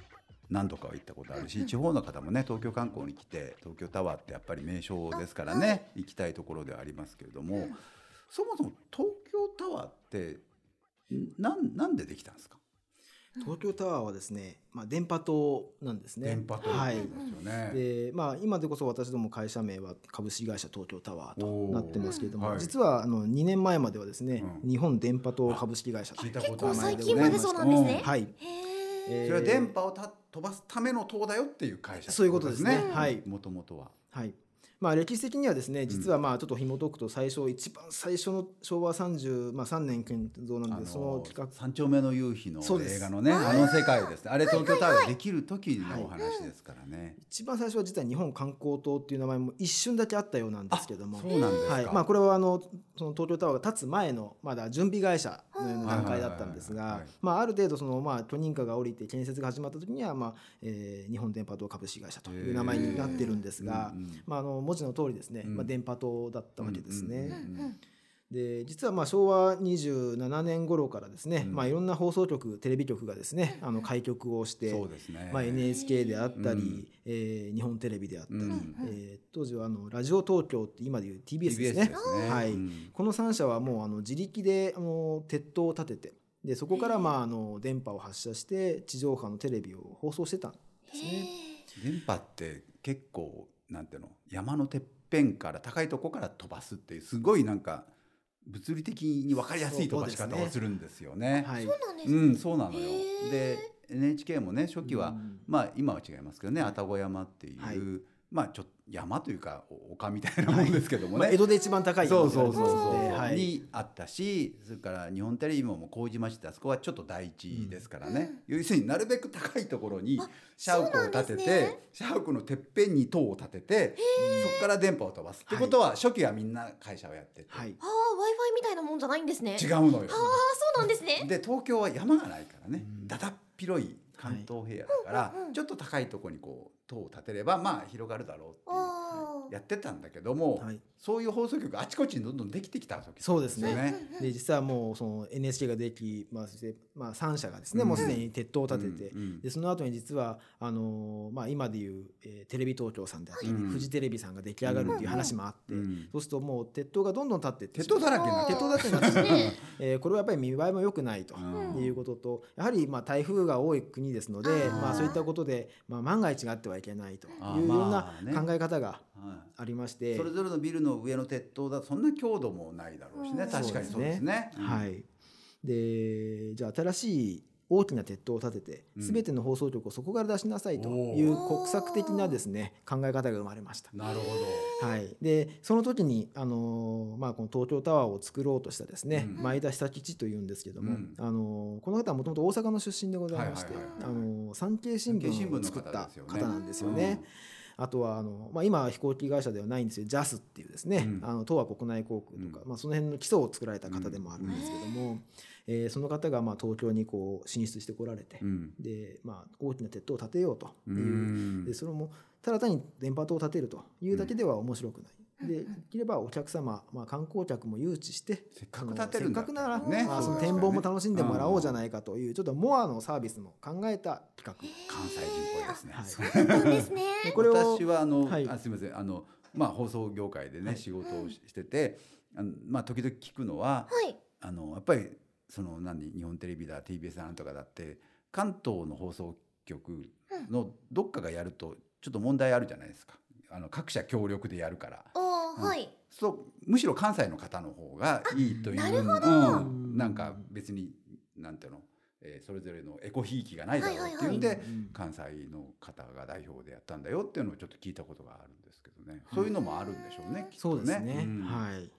Speaker 2: 何度かは行ったことあるし、地方の方もね東京観光に来て東京タワーってやっぱり名所ですからね、行きたいところではありますけれども、そもそも東京タワーってんなんなんでできたんですか、
Speaker 3: 東京タワーはですね、まあ、電波塔なんですね
Speaker 2: 電波塔
Speaker 3: は
Speaker 2: ないんですよね。
Speaker 3: でまあ、今でこそ私ども会社名は株式会社東京タワー
Speaker 2: おー
Speaker 3: となってますけれども、
Speaker 2: はい
Speaker 3: 実はあの2年前まではですね、
Speaker 2: うん
Speaker 3: 日本電波塔株式会社と
Speaker 2: 聞いた
Speaker 1: 結
Speaker 2: ことは
Speaker 1: 構
Speaker 2: ない
Speaker 1: 最
Speaker 2: けど
Speaker 1: 近までそうなんですね、
Speaker 3: はい、
Speaker 1: へー
Speaker 3: えー
Speaker 2: それは電波をた飛ばすための塔だよっていう会社
Speaker 3: そういうことですね
Speaker 2: うん
Speaker 3: はい
Speaker 2: もともとは。
Speaker 3: はいまあ、歴史的にはですね実はまあちょっと紐解くと最初一番最初の昭和33、まあ、3年建造なんで、その企画
Speaker 2: 三丁目の夕日の
Speaker 3: そうです
Speaker 2: 映画のね、あの世界ですね。あれ東京タワーができる時のお話ですからね。
Speaker 3: 一番最初は実は日本観光塔っていう名前も一瞬だけあったようなんですけども
Speaker 2: そうなんですか。
Speaker 3: はいまあ、これはあのその東京タワーが建つ前のまだ準備会社のような段階だったんです
Speaker 2: はいはいはい
Speaker 3: が
Speaker 2: はいはい
Speaker 3: まあある程度その、まあ、許認可が下りて建設が始まった時には、まあえー日本電波塔株式会社という名前になってるんですが
Speaker 2: う、んうん
Speaker 3: まあ、あの文字の通りですね、
Speaker 2: うん
Speaker 3: まあ、電波塔だったわけですね。
Speaker 2: うんうん
Speaker 1: うん
Speaker 2: う
Speaker 1: うんん
Speaker 3: で実はまあ昭和27年頃からですね、
Speaker 2: うん
Speaker 3: まあ、いろんな放送局テレビ局がですねあの開局をして、
Speaker 2: そうですね。
Speaker 3: まあ、NHK であったり、
Speaker 2: うん
Speaker 3: えー日本テレビであったり、
Speaker 2: うん
Speaker 3: えー当時はあのラジオ東京って今でいう TBS です
Speaker 2: TBS
Speaker 3: ね
Speaker 2: ですね
Speaker 3: はい
Speaker 2: うん
Speaker 3: この3社はもうあの自力であの鉄塔を建ててでそこからまああの電波を発射して地上波のテレビを放送してたんですね。
Speaker 2: 電波って結構なんていうの山のてっぺんから高いとこから飛ばすっていうすごいなんか物理的に分かりやすい飛ばし
Speaker 3: そうで
Speaker 2: 方
Speaker 3: すね
Speaker 2: をするんですよね。
Speaker 3: はい、
Speaker 1: そうなんです
Speaker 2: う
Speaker 1: ね
Speaker 2: ん、そうなのよ
Speaker 1: へ。ー
Speaker 2: で NHK もね初期は、
Speaker 3: うん
Speaker 2: まあ今は違いますけどね愛宕山っていう、
Speaker 3: はい
Speaker 2: まあちょっと山というかお丘みたいなもんですけどもね。
Speaker 3: まあ、江戸で一番高い
Speaker 2: そうそうそうそう、
Speaker 3: 山なんで
Speaker 2: にあったしそれから日本テレビももう麹町ってあそこはちょっと第一ですからね、要するになるべく高いところに
Speaker 1: あ
Speaker 2: 社屋を立て
Speaker 1: そうなんで
Speaker 2: て、
Speaker 1: すね
Speaker 2: 社屋のてっぺんに塔を立ててそこから電波を飛ばすってことは、初期はみんな会社をやってて、
Speaker 3: はいはい
Speaker 1: ああ Wi-Fi みたいなもんじゃないんですね
Speaker 2: 違
Speaker 1: ああ
Speaker 2: うのよ。
Speaker 1: そうなんですね
Speaker 2: で東京は山がないからね、
Speaker 3: うん
Speaker 2: だだっ広い関東平野だから、
Speaker 1: うんうんうん
Speaker 2: ちょっと高いところにこう塔を立てればまあ広がるだろうっていう
Speaker 1: ああ
Speaker 2: やってたんだけども、
Speaker 3: はい
Speaker 2: そういう放送局あちこちにどんどんできてきたわけ
Speaker 3: そうです
Speaker 2: よ
Speaker 3: ね
Speaker 2: ね。
Speaker 3: で実際はもうその NHK ができ、まあそしてまあ、3社がですね、
Speaker 2: うん
Speaker 3: もうすでに鉄塔を立てて、
Speaker 2: うんうん
Speaker 3: でその後に実はあのーまあ、今でいう、えーテレビ東京さんであったり、
Speaker 2: うん
Speaker 3: フジテレビさんが出来上がるっていう話もあって、
Speaker 2: うん
Speaker 3: そうするともう鉄塔がどんどん立ってって
Speaker 2: 鉄塔だらけになっちゃ
Speaker 3: 鉄
Speaker 2: う
Speaker 3: 塔だけになってしまうえーこれはやっぱり見栄えも良くないと。
Speaker 2: うん
Speaker 3: いうこととやはりまあ台風が多い国ですので
Speaker 1: あー
Speaker 3: まあ、そういったことで、まあ、万が一があってはいけないとい
Speaker 2: あ
Speaker 3: う
Speaker 2: ー
Speaker 3: よう
Speaker 2: ま
Speaker 3: な
Speaker 2: あね
Speaker 3: 考え方が
Speaker 2: は
Speaker 3: ありまし
Speaker 2: い
Speaker 3: て、
Speaker 2: それぞれのビルの上の鉄塔だとそんな強度もないだろうしね、
Speaker 1: うん
Speaker 2: 確かにそうですね。う
Speaker 3: は
Speaker 2: ん
Speaker 3: い、でじゃあ新しい大きな鉄塔を立てて
Speaker 2: うん
Speaker 3: 全ての放送局をそこから出しなさいという
Speaker 1: おー
Speaker 3: 国策的なですね考え方が生まれました。
Speaker 2: なるほど。
Speaker 3: はい、でその時に、あのーまあ、この東京タワーを作ろうとしたですね、
Speaker 2: うん
Speaker 3: 前田久吉というんですけども、
Speaker 2: うん
Speaker 3: あのーこの方はもともと大阪の出身でございまして、
Speaker 2: はいはい
Speaker 1: はい
Speaker 3: あのー産経新
Speaker 2: 産経新聞
Speaker 3: 聞を
Speaker 2: の
Speaker 3: 作っ
Speaker 2: 方
Speaker 3: た
Speaker 2: ですよね
Speaker 3: 方なんですよね。あとはあの、まあ、今は飛行機会社ではないんですよ JAS っていうですね、
Speaker 2: うん
Speaker 3: あの東亜国内航空とか、
Speaker 2: う
Speaker 3: まあ、その辺の基礎を作られた方でもあるんですけども、えーその方がまあ東京にこう進出してこられて、
Speaker 2: うん
Speaker 3: でまあ、大きな鉄塔を建てようというう、
Speaker 2: ん
Speaker 3: でそれもただ単に電波塔を建てるというだけでは面白くない。でできればお客様、まあ、観光客も誘致して
Speaker 2: せっかく建てるんだ
Speaker 3: あのせっかくなら、
Speaker 1: ね
Speaker 3: まあ、その
Speaker 1: そうですよ
Speaker 3: 展
Speaker 1: ね
Speaker 3: 望も楽しんでもらおうじゃないかという、ちょっとモアのサービスも考えた企画、
Speaker 2: 関西人っぽいですね。
Speaker 3: はい
Speaker 1: そうなんですね
Speaker 3: でこれを
Speaker 2: 私はあの、
Speaker 3: はい
Speaker 2: あすみませんあのまあ放送業界でね、
Speaker 3: はい
Speaker 2: 仕事をししてて、あのまあ時々聞くのは、
Speaker 1: はい
Speaker 2: あのやっぱりその何日本テレビだ TBS だなんとかだって関東の放送局のどっかがやるとちょっと問題あるじゃないですか。あの各社協力でやるから。
Speaker 1: お
Speaker 2: う
Speaker 1: ー
Speaker 2: ん
Speaker 1: はい
Speaker 2: そうむしろ関西の方の方がいいという
Speaker 1: なるほど
Speaker 2: うんなんか別になんていうの、えーそれぞれのエコひいきがないだろうっていうんで、
Speaker 3: はいはいはいうん
Speaker 2: 関西の方が代表でやったんだよっていうのをちょっと聞いたことがあるんですけどね、そういうのもあるんでしょうねきっと
Speaker 3: そうですね、
Speaker 2: ん
Speaker 3: はい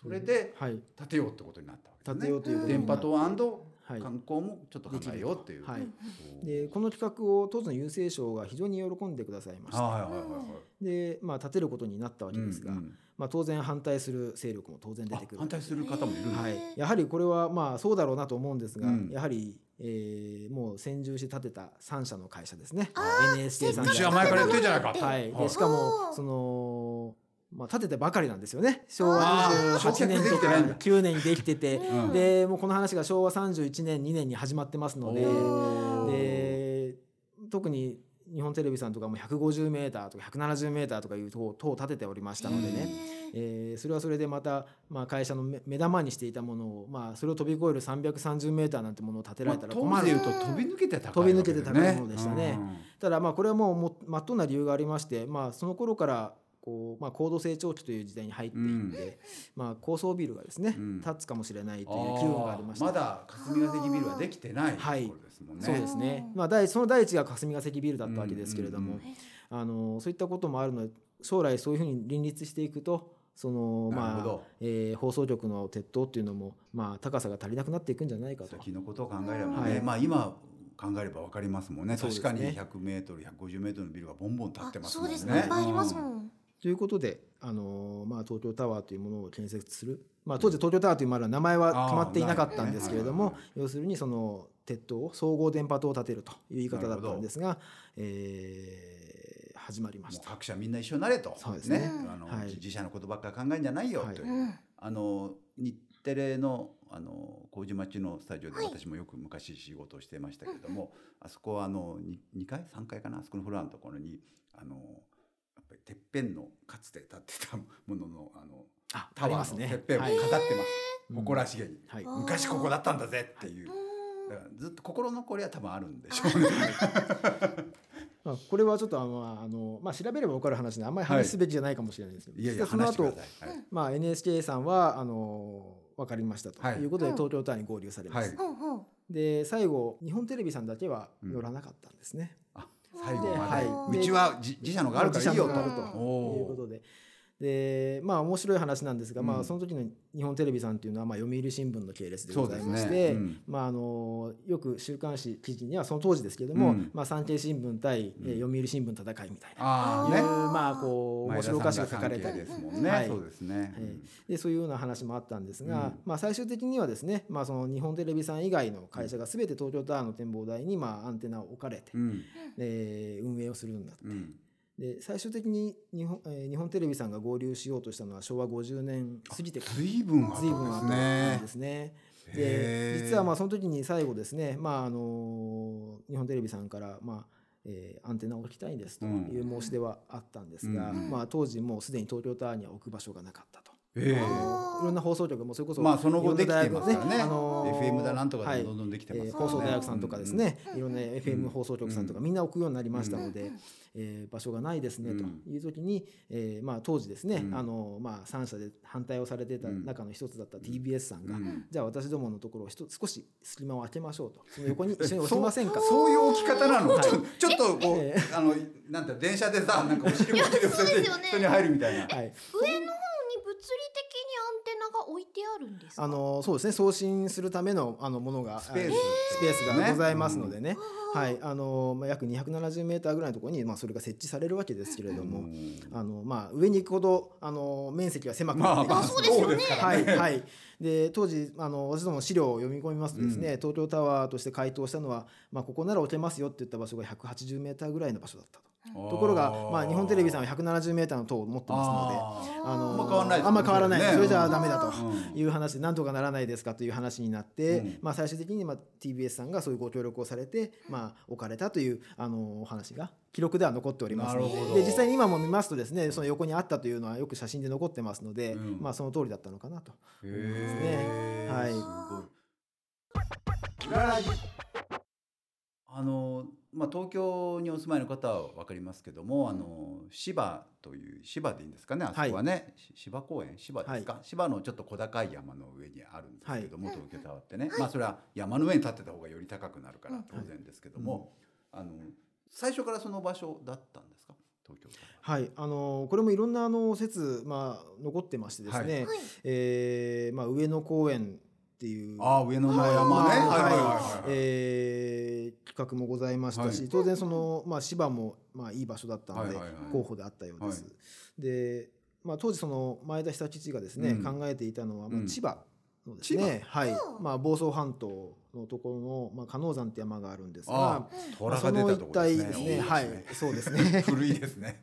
Speaker 2: それで
Speaker 3: はい、
Speaker 2: 建てようってことになったわけですね
Speaker 3: 建てようということにな
Speaker 2: 電
Speaker 3: って
Speaker 2: 波塔
Speaker 3: はい
Speaker 2: 観光もちょっと考えようっていう、
Speaker 3: はい
Speaker 2: そう
Speaker 3: でこの企画を当時の郵政省が非常に喜んでくださいまし
Speaker 2: はい
Speaker 3: た
Speaker 2: はいはいはい
Speaker 3: で、まあ、立てることになったわけですが、
Speaker 2: うんうん
Speaker 3: まあ、当然反対する勢力も当然出
Speaker 2: あ
Speaker 3: てくる
Speaker 2: 反対する方もいるんだ、
Speaker 3: はい
Speaker 1: へ、ー
Speaker 3: やはりこれはまあそうだろうなと思うんですが、
Speaker 2: うん
Speaker 3: やはり、えーもう先住して建てた3社の会社ですね
Speaker 1: あ
Speaker 3: NHK さん
Speaker 2: うち
Speaker 3: であ
Speaker 2: は前
Speaker 3: ったり
Speaker 2: から言ってんじゃないか
Speaker 1: て
Speaker 3: はい、
Speaker 2: は
Speaker 3: で
Speaker 2: い
Speaker 3: しか
Speaker 1: おー
Speaker 3: もその、まあ、建ててばかりなんですよね昭和
Speaker 2: あー
Speaker 3: 28年と
Speaker 2: 発着
Speaker 3: か
Speaker 2: できてないんだ
Speaker 3: 9年にできてて、
Speaker 2: うん
Speaker 3: でもうこの話が昭和31年2年に始まってますので。
Speaker 2: おー
Speaker 3: で特に日本テレビさんとかも 150m とか 170m とかいう塔を塔を建てておりましたのでね、 えーそれはそれでまた、まあ、会社の目目玉にしていたものを、まあ、それを飛び越える 330m なんてものを建てられたら
Speaker 2: まあ
Speaker 3: 困
Speaker 2: 当時で
Speaker 3: る、
Speaker 2: 言うと飛び抜けて高い
Speaker 3: 飛び抜けて
Speaker 2: わ
Speaker 3: 高い
Speaker 2: だよ
Speaker 3: ものでしたねただまあこれはもうもまっとうな理由がありまして、まあ、その頃からこう、まあ、高度成長期という時代に入っていって、
Speaker 2: うん
Speaker 3: まあ、高層ビルがですね、
Speaker 2: うん
Speaker 3: 建つかもしれないと
Speaker 2: う
Speaker 3: い
Speaker 2: ん
Speaker 3: う機運がありました
Speaker 2: あーだ霞ヶ関ビルはできてないと
Speaker 3: はい
Speaker 2: ころですもんね、
Speaker 3: そうですね
Speaker 1: う、ん
Speaker 3: まあ、第その第一が霞ヶ関ビルだったわけですけれども、
Speaker 2: うんうん
Speaker 3: あのそういったこともあるので将来そういうふうに林立していくとその
Speaker 2: なる
Speaker 3: ま
Speaker 2: ほ
Speaker 3: あ
Speaker 2: ど、
Speaker 3: えー放送局の鉄塔っていうのも、まあ、高さが足りなくなっていくんじゃないかと。
Speaker 2: 先のことを考えればね、
Speaker 3: はい
Speaker 2: まあ今考えればわかりますもんね
Speaker 3: そうです
Speaker 2: 確
Speaker 3: ね
Speaker 2: かに 100m150m のビルがボンボン立ってますもんね
Speaker 1: あそうですねいっぱいありますも
Speaker 2: うん
Speaker 1: ん
Speaker 3: ということで、あのまあ、東京タワーというものを建設する、まあ、当時東京タワーというまだ名前は決まっていなかったんですけれど
Speaker 2: あー
Speaker 3: も、
Speaker 2: ないね
Speaker 3: 要するにその鉄塔を総合電波塔を建てるという言い方だったんですが、えー始まりまし
Speaker 2: もう
Speaker 3: た。
Speaker 2: 各社みんな一緒になれと
Speaker 3: そうですね
Speaker 2: あの、
Speaker 3: はい
Speaker 2: 自自社のことばっか考えんじゃないよ
Speaker 3: はい
Speaker 2: という、
Speaker 1: うん
Speaker 2: あの日テレのあの麹町のスタジオで
Speaker 1: はい
Speaker 2: 私もよく昔仕事をしてましたけど も、あそこはあのに 2, 階3階かなあそこのフロアのところにあのやっぱりてっぺんのかつて建ってたもののあの
Speaker 3: あ
Speaker 2: タ
Speaker 3: ありま
Speaker 2: ワ
Speaker 3: す
Speaker 2: ーのてっ
Speaker 3: ね
Speaker 2: ぺんを
Speaker 3: は
Speaker 2: 飾
Speaker 3: い
Speaker 2: ってます、
Speaker 3: うん
Speaker 2: 誇らしげに、
Speaker 3: はい
Speaker 1: あー
Speaker 2: 昔ここだったんだぜっていう
Speaker 1: う
Speaker 2: だからずっと心残りは多分あるんでしょうね。
Speaker 3: まあ、これはちょっとあのあの、まあ、調べれば分かる話であんまり話すべきじゃないかもしれないですけ ど、
Speaker 2: いやいや
Speaker 3: 実は
Speaker 2: 話して
Speaker 3: そ
Speaker 2: く
Speaker 3: の
Speaker 2: だ
Speaker 3: 後
Speaker 2: さい。はい
Speaker 3: まあ NHK さんはあの分かりましたと
Speaker 2: はい
Speaker 3: いうことで、
Speaker 1: うん
Speaker 3: 東京タワーに合流されます、
Speaker 2: はい
Speaker 1: ほうほう
Speaker 3: で最後日本テレビさんだけは
Speaker 2: うん
Speaker 3: 乗らなかったんですね、
Speaker 2: あ最後ま
Speaker 3: はい
Speaker 2: で、
Speaker 3: で
Speaker 2: 道はじ自社のがあるからいいよと。
Speaker 3: 自社
Speaker 1: のがあると
Speaker 2: おー
Speaker 3: ということで。でまあ、面白い話なんですが、ま
Speaker 2: う
Speaker 3: あ、
Speaker 2: ん
Speaker 3: その時の日本テレビさんっていうのは、まあ、読売新聞の系列で
Speaker 2: そ
Speaker 3: ご
Speaker 2: う
Speaker 3: ざ
Speaker 2: で
Speaker 3: い
Speaker 2: す
Speaker 3: まし
Speaker 2: ね。
Speaker 3: て、
Speaker 2: うん
Speaker 3: まあ、あのよく週刊誌記事にはその当時ですけれど
Speaker 2: う
Speaker 3: も、
Speaker 2: ん
Speaker 3: まあ、産経新聞対、えー
Speaker 2: うん
Speaker 3: 読売新聞戦いみたいな、
Speaker 2: ああ
Speaker 3: い
Speaker 2: ね
Speaker 3: う。まあこう面白おかしく書かれた
Speaker 2: 前田さんが関係です
Speaker 3: り
Speaker 2: もんね。
Speaker 3: はい
Speaker 2: そうですね。
Speaker 3: えーでそういうような話もあったんですが、
Speaker 2: うん
Speaker 3: まあ、最終的にはですね、まあ、その日本テレビさん以外の会社が全て東京タワーの展望台にまあアンテナを置かれて、
Speaker 2: うん
Speaker 3: えー運営をするんだと。
Speaker 2: うん
Speaker 3: で最終的に日本,、えー日本テレビさんが合流しようとしたのは昭和50年過ぎてから
Speaker 2: ずいぶん後
Speaker 3: 随分後
Speaker 2: です
Speaker 3: なん
Speaker 2: ね
Speaker 3: で。すね。
Speaker 2: へ
Speaker 3: で
Speaker 2: ー
Speaker 3: 実はまあその時に最後ですね、まああの日本テレビさんから、まあえーアンテナを置きたいんですという申し出はあったんですが、
Speaker 2: うん
Speaker 3: まあ、当時もうすでに東京タワーには置く場所がなかったと。
Speaker 2: ええ
Speaker 1: あー
Speaker 3: いろんな放送局もそれこそ
Speaker 2: まあその後できて
Speaker 3: いろん
Speaker 2: ま
Speaker 3: な
Speaker 2: す
Speaker 3: 大
Speaker 2: から
Speaker 3: 学
Speaker 2: ね。
Speaker 3: あのー
Speaker 2: FM だなんとか
Speaker 3: は
Speaker 2: で
Speaker 3: い
Speaker 2: どんどんできて
Speaker 3: え
Speaker 2: ます
Speaker 3: ー
Speaker 2: からね
Speaker 3: 放送大学さんとかです。ね、いろんな FM 放送局さんとか、みんな置くようになりましたので、えー場所がないですね、
Speaker 2: うん
Speaker 3: という時に、えーまあ、当時ですね、
Speaker 2: うん
Speaker 3: あのまあ、3社で反対をされてた中の一つだった TBS さん
Speaker 2: うん
Speaker 3: が、
Speaker 2: うん
Speaker 3: じゃあ私どものところをひと少し隙間を空けましょうとその横 に一緒に置きませんか
Speaker 2: そういう置き方なの、
Speaker 3: はい
Speaker 2: ちょちょっとこう、
Speaker 3: え
Speaker 2: あのなんて電車でさなんかお尻をこっちで伏せ
Speaker 1: そうで
Speaker 2: て
Speaker 1: すよね
Speaker 2: 人に入るみたいな、
Speaker 3: はい、
Speaker 1: 上の方に物理的にアンテナが置いてあるんですか
Speaker 3: あのそうですね送信するためのあのものが
Speaker 2: スペース
Speaker 3: あのスペースがございますので
Speaker 1: うん
Speaker 3: ね、はいあのまあ、約 270m ぐらいのところに、まあ、それが設置されるわけですけれども、あのまあ、上に行くほどあの面積が狭くなってき
Speaker 1: まあ
Speaker 3: ま
Speaker 1: あ
Speaker 3: す
Speaker 1: そうですよね
Speaker 3: はいはい、で当時あの私ども資料を読み込みますとですね、
Speaker 2: う
Speaker 3: 東京タワーとして回答したのは、まあ、ここなら置けますよって言った場所が 180m ぐらいの場所だったとところが、まあ、日本テレビさんは 170m の塔を持ってますので。
Speaker 2: あ
Speaker 3: あの
Speaker 2: あんま変わらないですねね
Speaker 3: あんま変わらないそれじゃダメだと
Speaker 2: ーうん
Speaker 3: いう話でなんとかならないですかという話になって、
Speaker 2: うん
Speaker 3: まあ、最終的に、まあ、TBS さんがそういうご協力をされて、まあ、置かれたというあのお話が記録では残っております
Speaker 2: なるほど
Speaker 3: で実際に今も見ますとですねその横にあったというのはよく写真で残ってますので、
Speaker 2: うん
Speaker 3: まあ、その通りだったのかなと。
Speaker 2: へー
Speaker 3: はい
Speaker 2: すごい裏ラジあのまあ、東京にお住まいの方は分かりますけどもあの芝という芝でいいんですかねあそこはね、し芝公園芝ですか、芝のちょっと小高い山の上にあるんですけども、東京タワーってね、まあ、それは山の上に建てた方がより高くなるから
Speaker 1: うん
Speaker 2: 当然ですけども、あの最初からその場所だったんですか東京タワー。
Speaker 3: はい、あのこれもいろんなあの説、まあ、残ってましてですね、
Speaker 1: はい
Speaker 3: えーまあ、上野公園っていう
Speaker 2: あー上野の山ね、
Speaker 3: まあ
Speaker 2: はいはいはいはい
Speaker 3: えー企画もございましたし、
Speaker 2: は
Speaker 3: 当然その、まあ、芝も、まあ、いい場所だったの
Speaker 2: は
Speaker 3: で、
Speaker 2: いはいはい
Speaker 3: 候補であったようです。
Speaker 2: は
Speaker 3: で、まあ、当時その前田久吉がですね、
Speaker 2: うん
Speaker 3: 考えていたのは、まあ
Speaker 2: うん
Speaker 3: 千葉のですね、はいまあ、房総半島のところの、まあ、加納山って山があるんですが
Speaker 2: あ。
Speaker 3: まあ
Speaker 2: 虎
Speaker 3: そ
Speaker 2: が出
Speaker 3: の
Speaker 2: た
Speaker 3: 一
Speaker 2: ところ
Speaker 3: 帯
Speaker 2: ですね。
Speaker 3: ですね、
Speaker 2: 多
Speaker 3: はい
Speaker 2: で
Speaker 3: い
Speaker 2: すね、。
Speaker 3: そうですね
Speaker 2: 古いですね。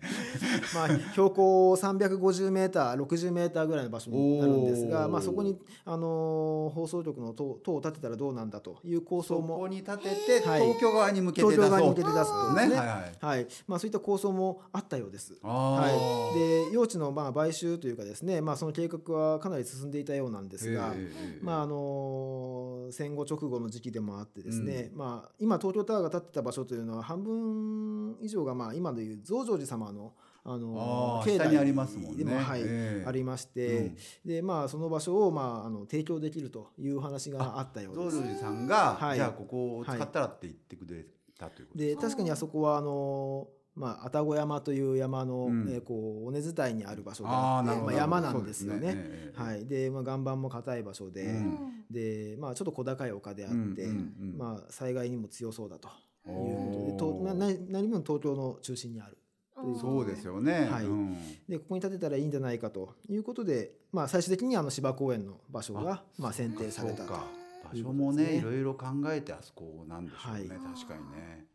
Speaker 3: まあ、標高350メーター、60メーターぐらいの場所になるんですが、
Speaker 2: おー
Speaker 3: まあ、そこに、あのー放送局の塔塔を建てたらどうなんだという構
Speaker 2: そ
Speaker 3: 想も
Speaker 2: こに立てて
Speaker 3: はい
Speaker 2: 東京側に向けて出
Speaker 3: 東
Speaker 2: そう
Speaker 3: 京側に向けて出すと
Speaker 2: ね。
Speaker 3: ね、
Speaker 2: はい
Speaker 3: は
Speaker 2: はいい。
Speaker 3: まあ、そういった構想もあったようです。
Speaker 2: あ
Speaker 3: は
Speaker 2: あ。
Speaker 3: い、で用地のまあ買収というかですね、まあ、その計画はかなり進んでいたようなんですが、まああ
Speaker 2: の
Speaker 3: の戦後直後の時期でもあってですね、まあ、今東京タワーが建ってた場所というのは半分以上がまあ今でいう増上寺様の、あの
Speaker 2: あー
Speaker 3: 境内
Speaker 2: 下にありますもんね
Speaker 3: でもはい
Speaker 2: ええ
Speaker 3: ありまして、
Speaker 2: うん
Speaker 3: でまあ、その場所を、まあ、あの提供できるという話があったよう
Speaker 2: 増
Speaker 3: です
Speaker 2: 上。寺さんが、
Speaker 3: はい
Speaker 2: じゃあここを使ったらって言ってくれたということ
Speaker 3: で
Speaker 2: ですか。
Speaker 3: 確かにあそこはあのまあ愛宕山という山の、
Speaker 2: うん
Speaker 3: えーこう尾根伝いにある場所
Speaker 2: あ
Speaker 3: があ
Speaker 2: あ
Speaker 3: って
Speaker 2: なるほど。
Speaker 3: まあ、山なんですよね。
Speaker 2: ええ
Speaker 3: は。
Speaker 2: え
Speaker 3: い、で、まあ、岩盤も硬い場所で、
Speaker 2: う
Speaker 1: うんん
Speaker 3: で、まあ、ちょっと小高い丘で
Speaker 2: え
Speaker 3: あって、
Speaker 2: あ
Speaker 3: まあ、災害にも強そうだと
Speaker 2: と
Speaker 3: いうことでとなな何分東京の中心にあるということ
Speaker 2: そうですよね。
Speaker 3: はい
Speaker 2: うん
Speaker 3: でここに建てたらいいんじゃないかということで、まあ、最終的にあの芝公園の場所がまあ、選定さ
Speaker 2: そ
Speaker 3: れ
Speaker 2: う
Speaker 3: たと
Speaker 2: か。場
Speaker 3: いう
Speaker 2: 所
Speaker 3: こと
Speaker 2: も
Speaker 3: ですね
Speaker 2: ねいろいろ考えてあそこなんでしょうね、
Speaker 3: はい
Speaker 2: 確かにね。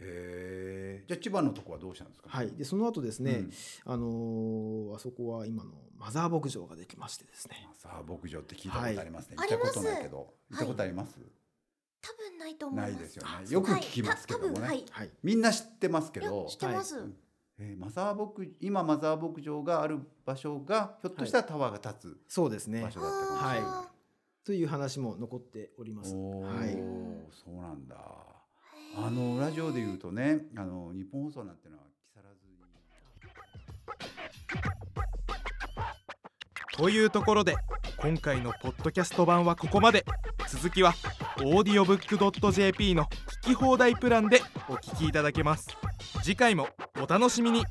Speaker 2: へえ。じゃあ千葉のとこはどうしたんですか。
Speaker 3: はい、でその後ですね、
Speaker 2: うん
Speaker 3: あのーあそこは今のマザー牧場ができましてですね
Speaker 2: さあ牧場って聞いたことありますね。
Speaker 1: はい
Speaker 2: 行ったこと
Speaker 1: あります
Speaker 2: ないけど。行ったことあります。
Speaker 1: 多分ないと思います
Speaker 2: ないですよね
Speaker 1: あ
Speaker 2: よく聞きますけどもね
Speaker 1: はいた
Speaker 3: はい
Speaker 2: みんな知ってますけ
Speaker 1: 多分はいい
Speaker 2: ど
Speaker 1: や知。ってます、
Speaker 2: はいえーマザー牧今マザー牧場がある場所がひょっとしたらタワーが立つ
Speaker 3: そうですね
Speaker 2: 場所だったかもしれない。
Speaker 3: はという話も残っております。
Speaker 2: お
Speaker 3: は
Speaker 2: ー
Speaker 3: い、
Speaker 2: そうなんだ。あのラジオで言うとね、あの日本放送なんてのは木更津に。
Speaker 4: というところで今回のポッドキャスト版はここまで続きは audiobook.jp の聞き放題プランでお聞きいただけます次回もお楽しみに